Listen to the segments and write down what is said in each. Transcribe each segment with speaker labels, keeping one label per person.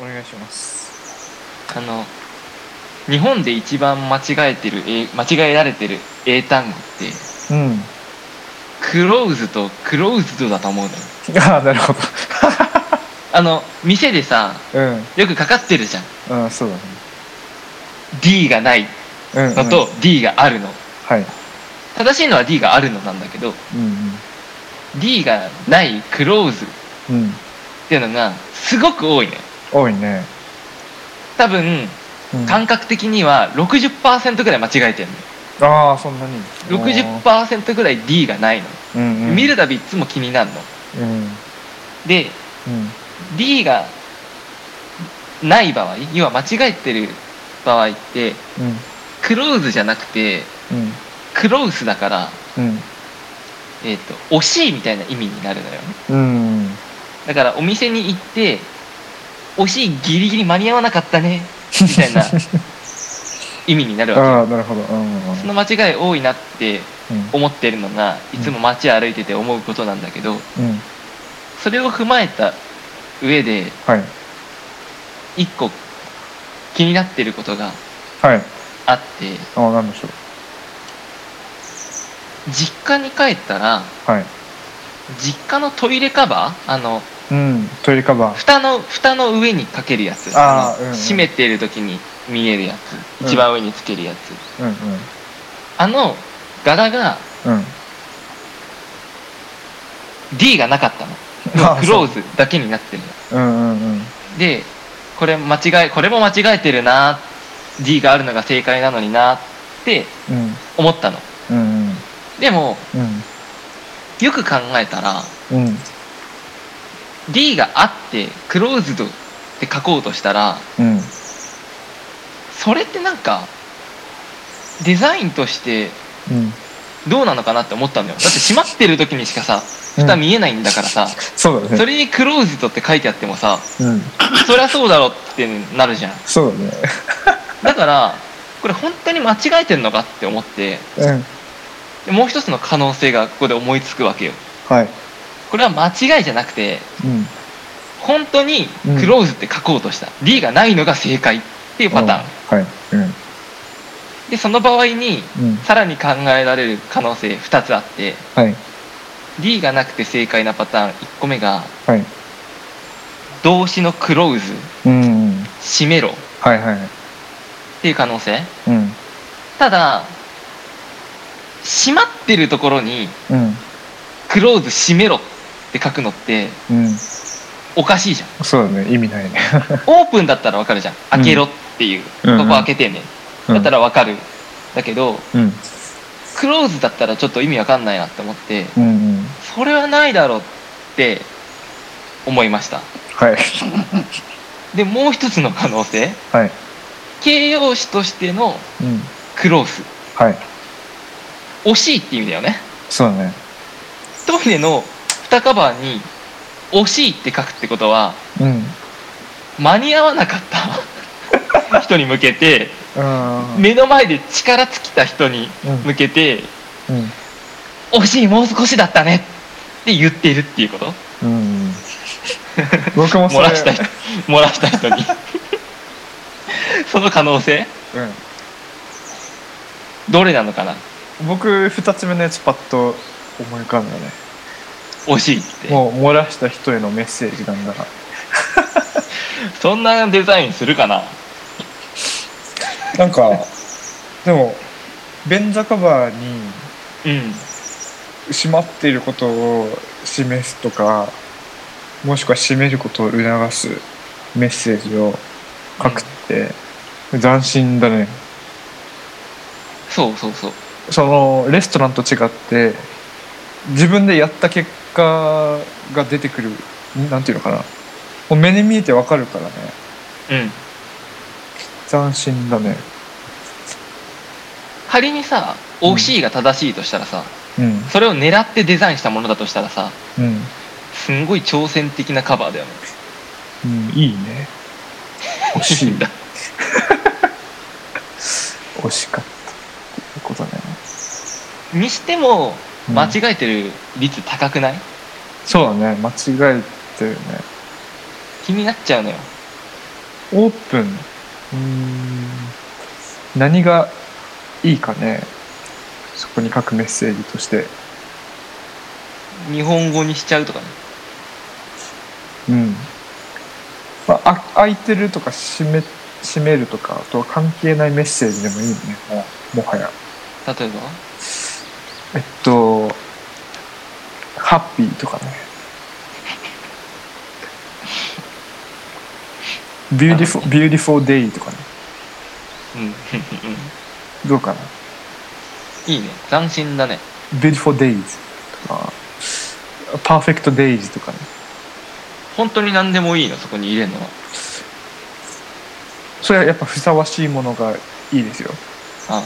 Speaker 1: お願いします
Speaker 2: あの日本で一番間違えてる英間違えられてる英単語って
Speaker 1: うん
Speaker 2: クローズとクローズドだと思うのよ
Speaker 1: ああなるほ
Speaker 2: あの店でさ
Speaker 1: ど うん
Speaker 2: よくかかってるじゃん
Speaker 1: うんそうだね
Speaker 2: D がない
Speaker 1: うん、うん、
Speaker 2: のと D があるの
Speaker 1: はい
Speaker 2: 正しいのは D があるのなんだけど
Speaker 1: うん
Speaker 2: D がないクローズっ
Speaker 1: うんうん
Speaker 2: ていうのがすごく多いのよ
Speaker 1: 多いね、
Speaker 2: 多分
Speaker 1: うん、
Speaker 2: 感覚的には60%ぐらい間違えてるの
Speaker 1: ああそんなに
Speaker 2: よ60%ぐらい D がないの
Speaker 1: うん、うん、
Speaker 2: 見るたびいつも気になるの
Speaker 1: うん
Speaker 2: で
Speaker 1: うん
Speaker 2: D がない場合要は間違えてる場合って
Speaker 1: うん
Speaker 2: クローズじゃなくて
Speaker 1: うん
Speaker 2: クロウスだから、
Speaker 1: うん
Speaker 2: えっと惜しいみたいな意味になるのよね
Speaker 1: うん
Speaker 2: だからお店に行って惜しいギリギリ間に合わなかったねみたい な意味になるわけよ
Speaker 1: ああなるほどうんうん
Speaker 2: その間違い多いなって思ってるのがいつも街歩いてて思うことなんだけど
Speaker 1: うんうん
Speaker 2: それを踏まえた上で
Speaker 1: はい
Speaker 2: 一個気になってることが
Speaker 1: はい
Speaker 2: あって
Speaker 1: ああなんでしょう
Speaker 2: 実家に帰ったら
Speaker 1: はい
Speaker 2: 実家のトイレカバーあの
Speaker 1: うんトイレカバー
Speaker 2: 蓋の蓋の上にかけるやつ
Speaker 1: あ
Speaker 2: の
Speaker 1: ーうんうん
Speaker 2: 閉めてる時に見えるやつ
Speaker 1: うん
Speaker 2: 一番上につけるやつ、
Speaker 1: うん
Speaker 2: あの柄が
Speaker 1: うんうん
Speaker 2: D がなかったの
Speaker 1: あー
Speaker 2: クローズだけになってるの
Speaker 1: うんうんうん
Speaker 2: でこれ間違えこれも間違えてるな D があるのが正解なのになって
Speaker 1: うん
Speaker 2: 思ったの
Speaker 1: うん
Speaker 2: でも
Speaker 1: うん
Speaker 2: よく考えたら
Speaker 1: うん
Speaker 2: D があってクローズドって書こうとしたら
Speaker 1: うん
Speaker 2: それってなんかデザインとして
Speaker 1: うん
Speaker 2: どうなのかなって思ったんだよだって閉まってる時にしかさ
Speaker 1: うん
Speaker 2: 蓋見えないんだからさ、
Speaker 1: そうだね
Speaker 2: それにクローズドって書いてあってもさ
Speaker 1: うん
Speaker 2: そりゃそうだろってなるじゃん
Speaker 1: そうだね
Speaker 2: だからこれ本当に間違えてんのかって思って
Speaker 1: うん
Speaker 2: でもう一つの可能性がここで思いつくわけよ
Speaker 1: はい
Speaker 2: これは間違いじゃなくて
Speaker 1: うん
Speaker 2: 本当にクローズって書こうとした、D がないのが正解っていうパターン、
Speaker 1: はいうん
Speaker 2: でその場合に
Speaker 1: うん
Speaker 2: さらに考えられる可能性2つあって
Speaker 1: はい
Speaker 2: D がなくて正解なパターン1個目が
Speaker 1: はい
Speaker 2: 動詞のクローズ
Speaker 1: うんうん
Speaker 2: 閉めろっ
Speaker 1: はいはい
Speaker 2: ていう可能性
Speaker 1: うん
Speaker 2: ただ閉まってるところに
Speaker 1: うん
Speaker 2: クローズ閉めろって書くのって
Speaker 1: うん
Speaker 2: おかしいじ ゃん
Speaker 1: そうだね意味ないね
Speaker 2: オープンだったらわかるじゃん開けろっていう、
Speaker 1: うん
Speaker 2: ここ開けてね、だった
Speaker 1: ら
Speaker 2: らわかるだけど
Speaker 1: うん
Speaker 2: クローズだったらちょっと意味わかんないなって思って
Speaker 1: うんうん
Speaker 2: それはないだろうって思いました
Speaker 1: はい
Speaker 2: でもう一つの可能性
Speaker 1: はい
Speaker 2: 形容詞としての
Speaker 1: うん
Speaker 2: クローズ
Speaker 1: はい
Speaker 2: 惜しいって意味だよね
Speaker 1: そうだね
Speaker 2: トイレの蓋カバーに惜しいって書くってことは
Speaker 1: うん
Speaker 2: 間に合わなかった 人に向けて
Speaker 1: うん
Speaker 2: 目の前で力尽きた人に向けて
Speaker 1: うん
Speaker 2: 「惜しいもう少しだったね」って言っているっていうこと
Speaker 1: うん僕もそ
Speaker 2: 漏ら
Speaker 1: れ
Speaker 2: した人漏らした人にその可能性
Speaker 1: う
Speaker 2: どれなのかなん
Speaker 1: 僕二つ目のやつパッと思い浮かんだね
Speaker 2: 惜しいって
Speaker 1: もう漏らした人へのメッセージなんだな
Speaker 2: そんなデザインするかな
Speaker 1: なんかでも便座カバーに
Speaker 2: うん
Speaker 1: 閉まっていることを示すとかもしくは閉めることを促すメッセージを書くって、斬新だね
Speaker 2: そうそうそう
Speaker 1: そのレストランと違って自分でやった結果が出てくるんなんていうのかなもう目に見えてわかるからね
Speaker 2: うん
Speaker 1: 斬新だね
Speaker 2: 仮にさ「
Speaker 1: うん
Speaker 2: 惜しい」が正しいとしたらさ
Speaker 1: うん
Speaker 2: それを狙ってデザインしたものだとしたらさ
Speaker 1: うん、
Speaker 2: すんごい挑戦的なカバーだよね
Speaker 1: うん、いいね惜し い
Speaker 2: だ
Speaker 1: 惜しかったことね
Speaker 2: にしても
Speaker 1: うん
Speaker 2: 間違えてる率高くない、
Speaker 1: そうだね間違えてるね
Speaker 2: 気になっちゃうのよ
Speaker 1: オープンうーん何がいいかねそこに書くメッセージとして
Speaker 2: 日本語にしちゃうとかね
Speaker 1: うん、まあ、あ空いてるとか閉め閉めるとかあとは関係ないメッセージでもいいねもうもはや
Speaker 2: 例えば
Speaker 1: えっとハッピーとかねビューティフォービューティフォーデイとかね
Speaker 2: うんうん
Speaker 1: どうかない
Speaker 2: いね斬新だね
Speaker 1: Beautiful Days とか Perfect Days とかね
Speaker 2: 本当に何でもいいのそこに入れるのは
Speaker 1: それはやっぱふさわしいものがいいですよ
Speaker 2: あ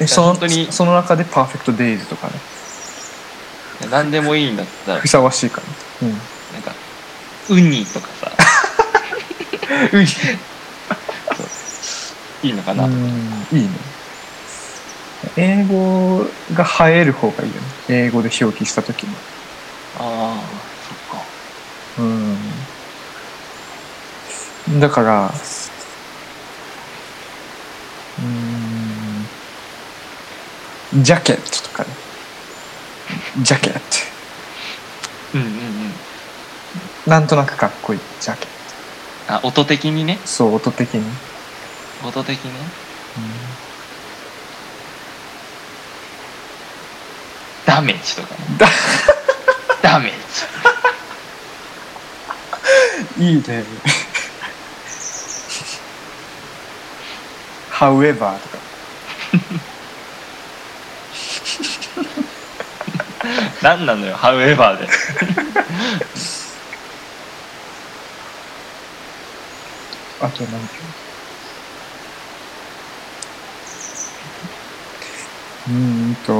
Speaker 1: えその
Speaker 2: 本当に
Speaker 1: その中で Perfect Days とかね
Speaker 2: あ何でもいいんだったら
Speaker 1: ふさわしいかなうん
Speaker 2: なんかウニとか さ
Speaker 1: うい
Speaker 2: いいのかな、
Speaker 1: うんいいね英語が映える方がいいよね英語で表記した時も
Speaker 2: ああそっか
Speaker 1: うんだからうんジャケットとかねジャケッ
Speaker 2: うんうんうん
Speaker 1: トなんとなくかっこいいジャケッ
Speaker 2: あ音的にね
Speaker 1: トそう音的に、うん
Speaker 2: 音的にねダメージとかね
Speaker 1: だ
Speaker 2: ダメージ
Speaker 1: いいね However とか
Speaker 2: 何なのよ however で
Speaker 1: あと何だろううーんと。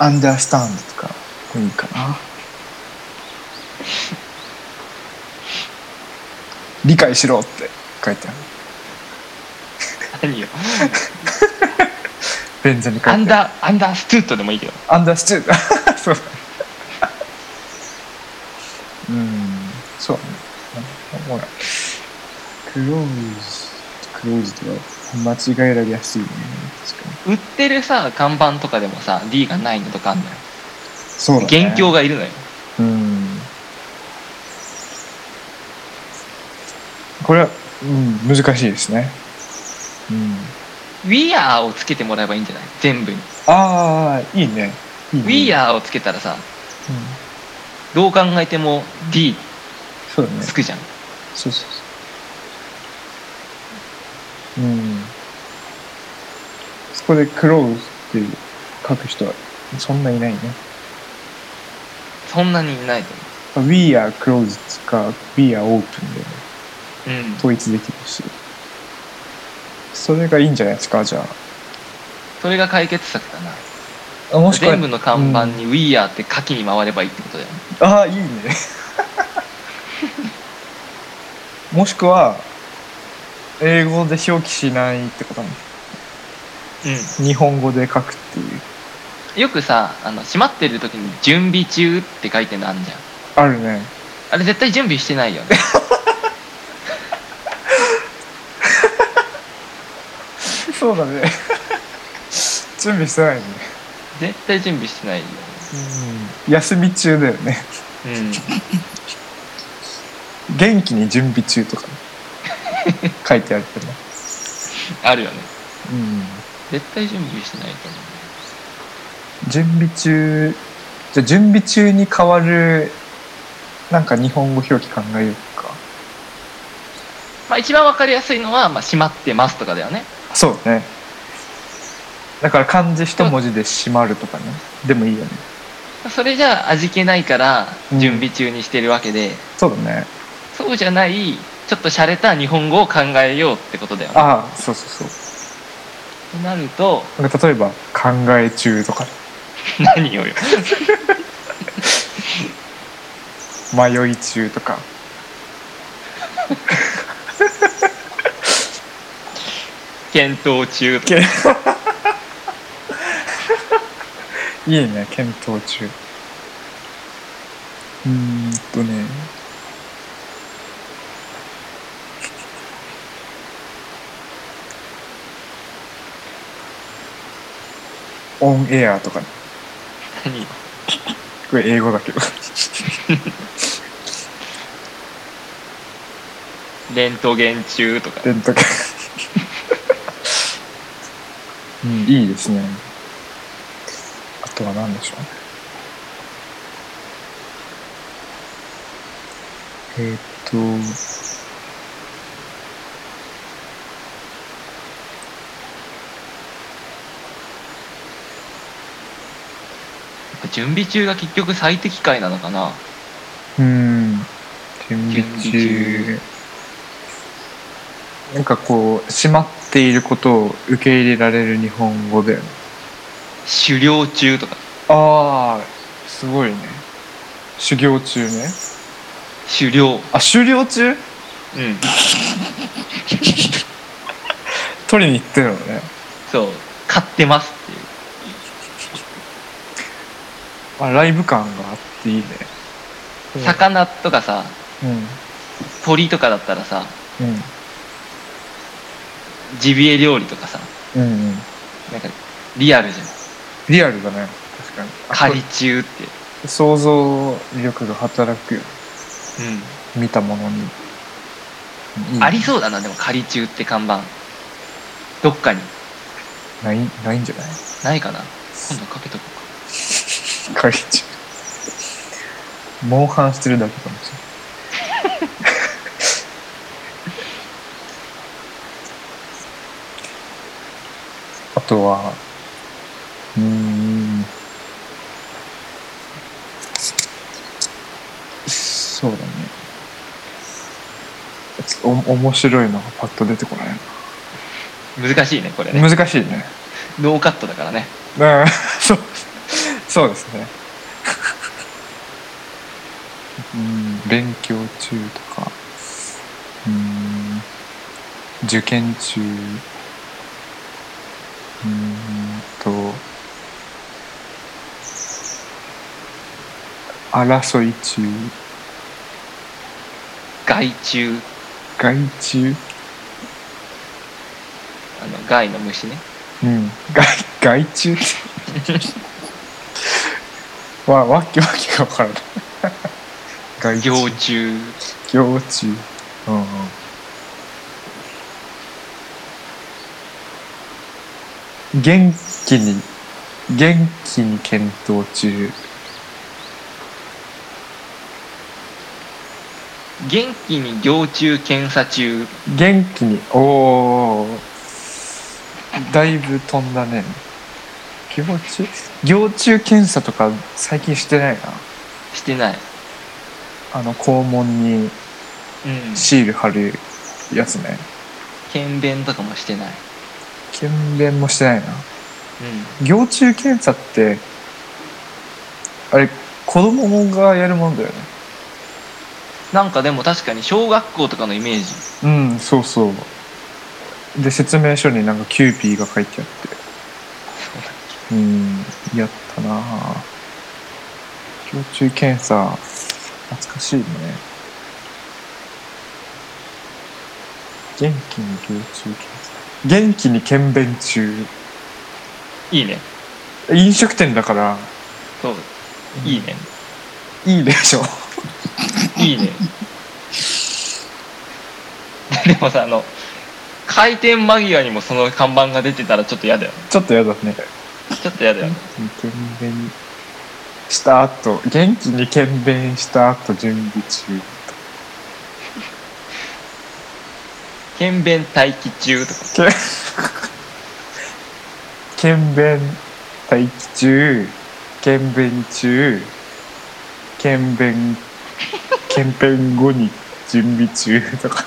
Speaker 1: アンダースタンドとか、いいかな。理解しろって書いてある。
Speaker 2: 何よ
Speaker 1: 便座に書
Speaker 2: ア
Speaker 1: い
Speaker 2: ン
Speaker 1: てあ
Speaker 2: ダ
Speaker 1: る。
Speaker 2: ーアンダーストゥートでもいいけど
Speaker 1: アンダースチュー。 そうだ。うーん、そうだね。ほら。クローズ、クローズとは間違えられやすいね。確か
Speaker 2: 売
Speaker 1: に。
Speaker 2: ってるさ看板とかでもさ D がないのとかあんのよ
Speaker 1: そうだね。
Speaker 2: 元凶がいるのよ
Speaker 1: うん。これは、うん、難しいですね。うん。
Speaker 2: We are をつけてもらえばいいんじゃない全部に
Speaker 1: ああ、いいね。いいね
Speaker 2: We are をつけたらさ
Speaker 1: うん、
Speaker 2: どう考えても D
Speaker 1: そうだね。
Speaker 2: つくじゃん
Speaker 1: そうそうそう。うん。そこでクローズって書く人はそんないないね。
Speaker 2: そんなにいないと
Speaker 1: We are closed か We are open で
Speaker 2: 思ううん
Speaker 1: 統一できるし。それがいいんじゃないですか、じゃあ。
Speaker 2: それが解決策だな
Speaker 1: あもしくは
Speaker 2: 全部の看板に「We are」って書きに回ればいいってことだよね
Speaker 1: ああいいね もしくは英語で表記しないってことね
Speaker 2: う
Speaker 1: 日本語で書くっていうん
Speaker 2: よくさあの閉まってる時に「準備中」って書いてるのあるじゃん
Speaker 1: あるね
Speaker 2: あれ絶対準備してない よね
Speaker 1: そうだね 準備してないね
Speaker 2: 絶対準備してないよね
Speaker 1: うん休み中だよね
Speaker 2: うん
Speaker 1: 元気に準備中 とかね書いてあるけど
Speaker 2: あるよね
Speaker 1: うん
Speaker 2: 絶対準備してないと思う
Speaker 1: 準備中じゃあ準備中に変わるなんか日本語表記考えようか
Speaker 2: まあ一番わかりやすいのは「まあ、閉まってます」とかだよね
Speaker 1: そうねだから漢字一文字で閉まるとかねでもいいよね
Speaker 2: それじゃあ味気ないから
Speaker 1: うん
Speaker 2: 準備中にしてるわけで、
Speaker 1: そうだね
Speaker 2: そうじゃないちょっと洒落た日本語を考えようってことだよね
Speaker 1: ああそうそうそ
Speaker 2: となると
Speaker 1: うなんか例えば「考え中」とか
Speaker 2: 何をよ
Speaker 1: 「迷い中」とか
Speaker 2: 検討中とか
Speaker 1: いいね「検討中」うーんとね。オンエアとかね。
Speaker 2: 何
Speaker 1: これ英語だけど。
Speaker 2: レントゲン中とか。
Speaker 1: レントゲン。うん、いいですね。あとは何でしょうね。えーっと、
Speaker 2: 準備中が結局最適解なのかな
Speaker 1: うん、準
Speaker 2: 準
Speaker 1: 備
Speaker 2: 備中
Speaker 1: 中。なんかこう、閉まっていることを受け入れられる日本語だよね。
Speaker 2: 狩猟中とか。
Speaker 1: ああ、すごいね。修行中ね。
Speaker 2: 狩猟。
Speaker 1: あ、修行中
Speaker 2: うん。
Speaker 1: 取りに行ってるのね。
Speaker 2: そう。買ってますっていう。
Speaker 1: あ、ライブ感があっていいね。
Speaker 2: 魚とかさ、鳥とかだったらさ、
Speaker 1: うん。うん。
Speaker 2: ジビエ料理とかさ、
Speaker 1: うんうん。
Speaker 2: なんかリアルじゃん。
Speaker 1: リアルだね。確かに。あ
Speaker 2: 仮中って。
Speaker 1: こ想像力が働くよ。見たものに。
Speaker 2: う
Speaker 1: いい
Speaker 2: ん。
Speaker 1: ね
Speaker 2: ありそうだな、でも仮中って看板。どっかに。
Speaker 1: ない、ないんじゃない
Speaker 2: ないかな今度かけとこう
Speaker 1: 会長。モンハンしてるだけかもしれない。あとは、うーん。そうだね。お面白いのがパッと出てこない
Speaker 2: か。難しいね、これね。
Speaker 1: な。難しいね。
Speaker 2: ノーカットだからね。
Speaker 1: うん、 そう、そうですね。うん、勉強中とか、うん、受験中、うーんと、争い中、
Speaker 2: 害虫。
Speaker 1: 害中、
Speaker 2: あの、害の虫ね。
Speaker 1: うん、害、害虫って。 わ、わけわけがわからない。 害虫
Speaker 2: 行虫。
Speaker 1: 行中うんうん元気に元気に検討中
Speaker 2: 元気に行虫検査中。
Speaker 1: 元気におおだいぶ飛んだね行中行中検査とか最近してないな
Speaker 2: してない。
Speaker 1: あの肛門に
Speaker 2: うん。
Speaker 1: シール貼るやつね
Speaker 2: 検便とかもしてない。
Speaker 1: 検便もしてないな
Speaker 2: うん。
Speaker 1: 行中検査ってあれ子供がやるもんだよね
Speaker 2: なんかでも確かに小学校とかのイメージ。
Speaker 1: うんそうそうで説明書になんかキューピーが書いてあってうんやったなぁ胸中検査懐かしいね元気に胸中検査元気に検便中
Speaker 2: いいね。
Speaker 1: 飲食店だから
Speaker 2: そう。いいね。
Speaker 1: いいでしょ
Speaker 2: いいね。 でもさ、あの、開店間際にもその看板が出てたらちょっと嫌だよね。
Speaker 1: ちょっとやだね
Speaker 2: ちょっと嫌だよね。
Speaker 1: 元気に検便した後元気に検便した後準備中
Speaker 2: 検便待機中とか。
Speaker 1: け検便待機中検便中検便検便後に準備中とか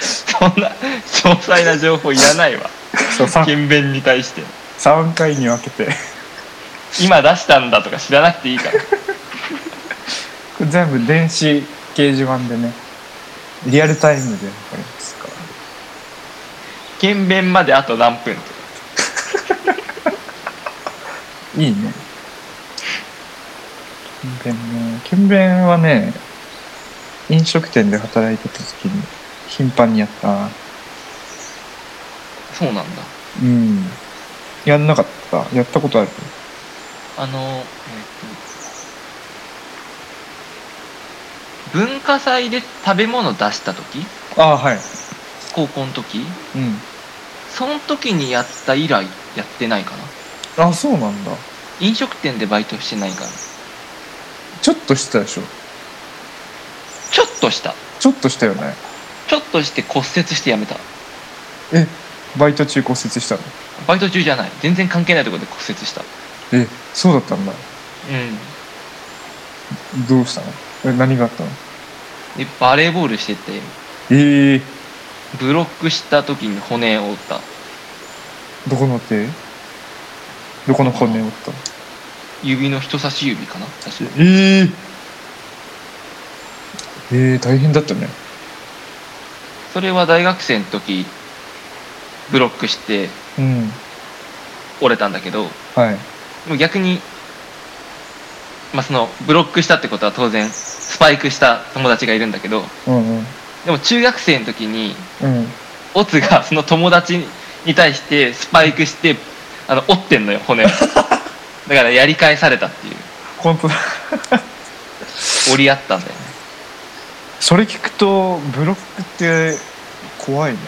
Speaker 2: そんな 詳細な情報いらないわ。
Speaker 1: そう 3,
Speaker 2: 検便に対して。
Speaker 1: 三回に分けて
Speaker 2: 今出したんだとか知らなくていい から。
Speaker 1: これ全部電子掲示板でねリアルタイムで分かりますから
Speaker 2: 検便まであと何分とか。
Speaker 1: いいね。勤勉ね勤勉はね飲食店で働いてた時に頻繁にやったな
Speaker 2: そうなんだ
Speaker 1: うんやんなかったやったことある
Speaker 2: あのえっと文化祭で食べ物出した時
Speaker 1: ああはい
Speaker 2: 高校の時
Speaker 1: うん
Speaker 2: その時にやった以来やってないかな
Speaker 1: あそうなんだ
Speaker 2: 飲食店でバイトしてないから
Speaker 1: ちょっとしてたでしょ
Speaker 2: ちょっとした
Speaker 1: ちょっとしたよね
Speaker 2: ちょっとして骨折して辞めた
Speaker 1: えバイト中骨折したの
Speaker 2: バイト中じゃない全然関係ないところで骨折した
Speaker 1: えそうだったんだ
Speaker 2: うん
Speaker 1: どうしたのえ何があったの
Speaker 2: でバレーボールしてて
Speaker 1: ええ
Speaker 2: ブロックした時に骨を折った
Speaker 1: どこの手どこの骨折ったの
Speaker 2: 指の人差し指かな確か
Speaker 1: ええええ大変だったね
Speaker 2: それは大学生の時ブロックして
Speaker 1: うん
Speaker 2: 折れたんだけど
Speaker 1: はい
Speaker 2: でも逆に、まあ、そのブロックしたってことは当然スパイクした友達がいるんだけど
Speaker 1: うんうん
Speaker 2: でも中学生の時に
Speaker 1: うん
Speaker 2: オツがその友達に対してスパイクしてあの折ってんのよ骨をだからやり返されたっていう
Speaker 1: 本当だ
Speaker 2: 折り合ったんだよね
Speaker 1: それ聞くとブロックって怖いね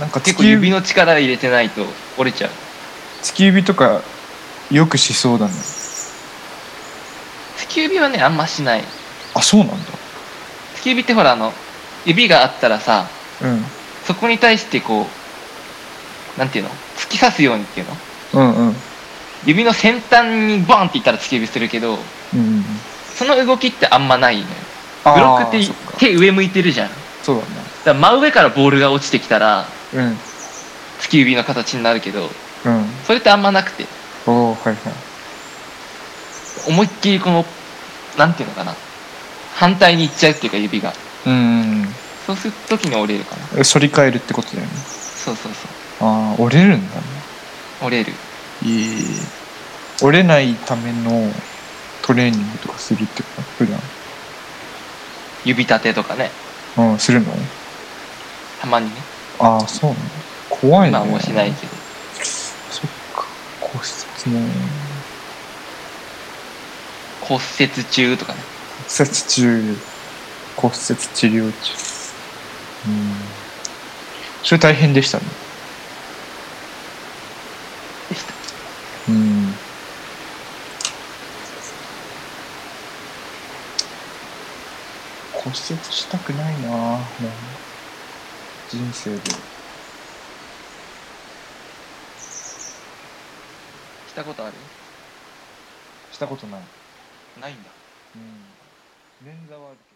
Speaker 1: なんか
Speaker 2: 結
Speaker 1: 突
Speaker 2: 構
Speaker 1: き
Speaker 2: 指の
Speaker 1: 指
Speaker 2: 力入れてないと折れちゃう
Speaker 1: 突き指とかよくしそうだね
Speaker 2: 突き指はねあんましない
Speaker 1: あそうなんだ
Speaker 2: 突き指ってほらあの指があったらさ
Speaker 1: うん
Speaker 2: そこに対してこうなんていうの突き刺すようにっていうの
Speaker 1: うんうん
Speaker 2: 指の先端にバンっていったら突き指するけど
Speaker 1: うんうん
Speaker 2: その動きってあんまないのよ
Speaker 1: あー
Speaker 2: ブロック
Speaker 1: そっ
Speaker 2: って
Speaker 1: か
Speaker 2: 手上向いてるじゃんだか
Speaker 1: そう
Speaker 2: ら真上からボールが落ちてきたら
Speaker 1: だね
Speaker 2: 突き指の形になるけど
Speaker 1: うんうん
Speaker 2: それってあんまなくて
Speaker 1: おおはいはい
Speaker 2: 思いっきりこのなんていうのかな反対にいっちゃうっていうか指が
Speaker 1: うん
Speaker 2: そうするときに折れるかな
Speaker 1: 反り返るってことだよね
Speaker 2: そうそうそ
Speaker 1: ああ折れるんだね
Speaker 2: う折れる
Speaker 1: いい折れないためのトレーニングとかするってこと普段
Speaker 2: 指立てとかね
Speaker 1: うんするの
Speaker 2: たまにね
Speaker 1: ああそうなの怖い
Speaker 2: 今
Speaker 1: ね
Speaker 2: はもうしないけど
Speaker 1: そっか骨折ね
Speaker 2: 骨折中とかね
Speaker 1: 骨折中骨折治療中うんそれ大変でしたね
Speaker 2: でした
Speaker 1: うん骨折したくないなもう人生で
Speaker 2: したことある
Speaker 1: したことない、
Speaker 2: ないんだ
Speaker 1: うん、捻挫はあるけど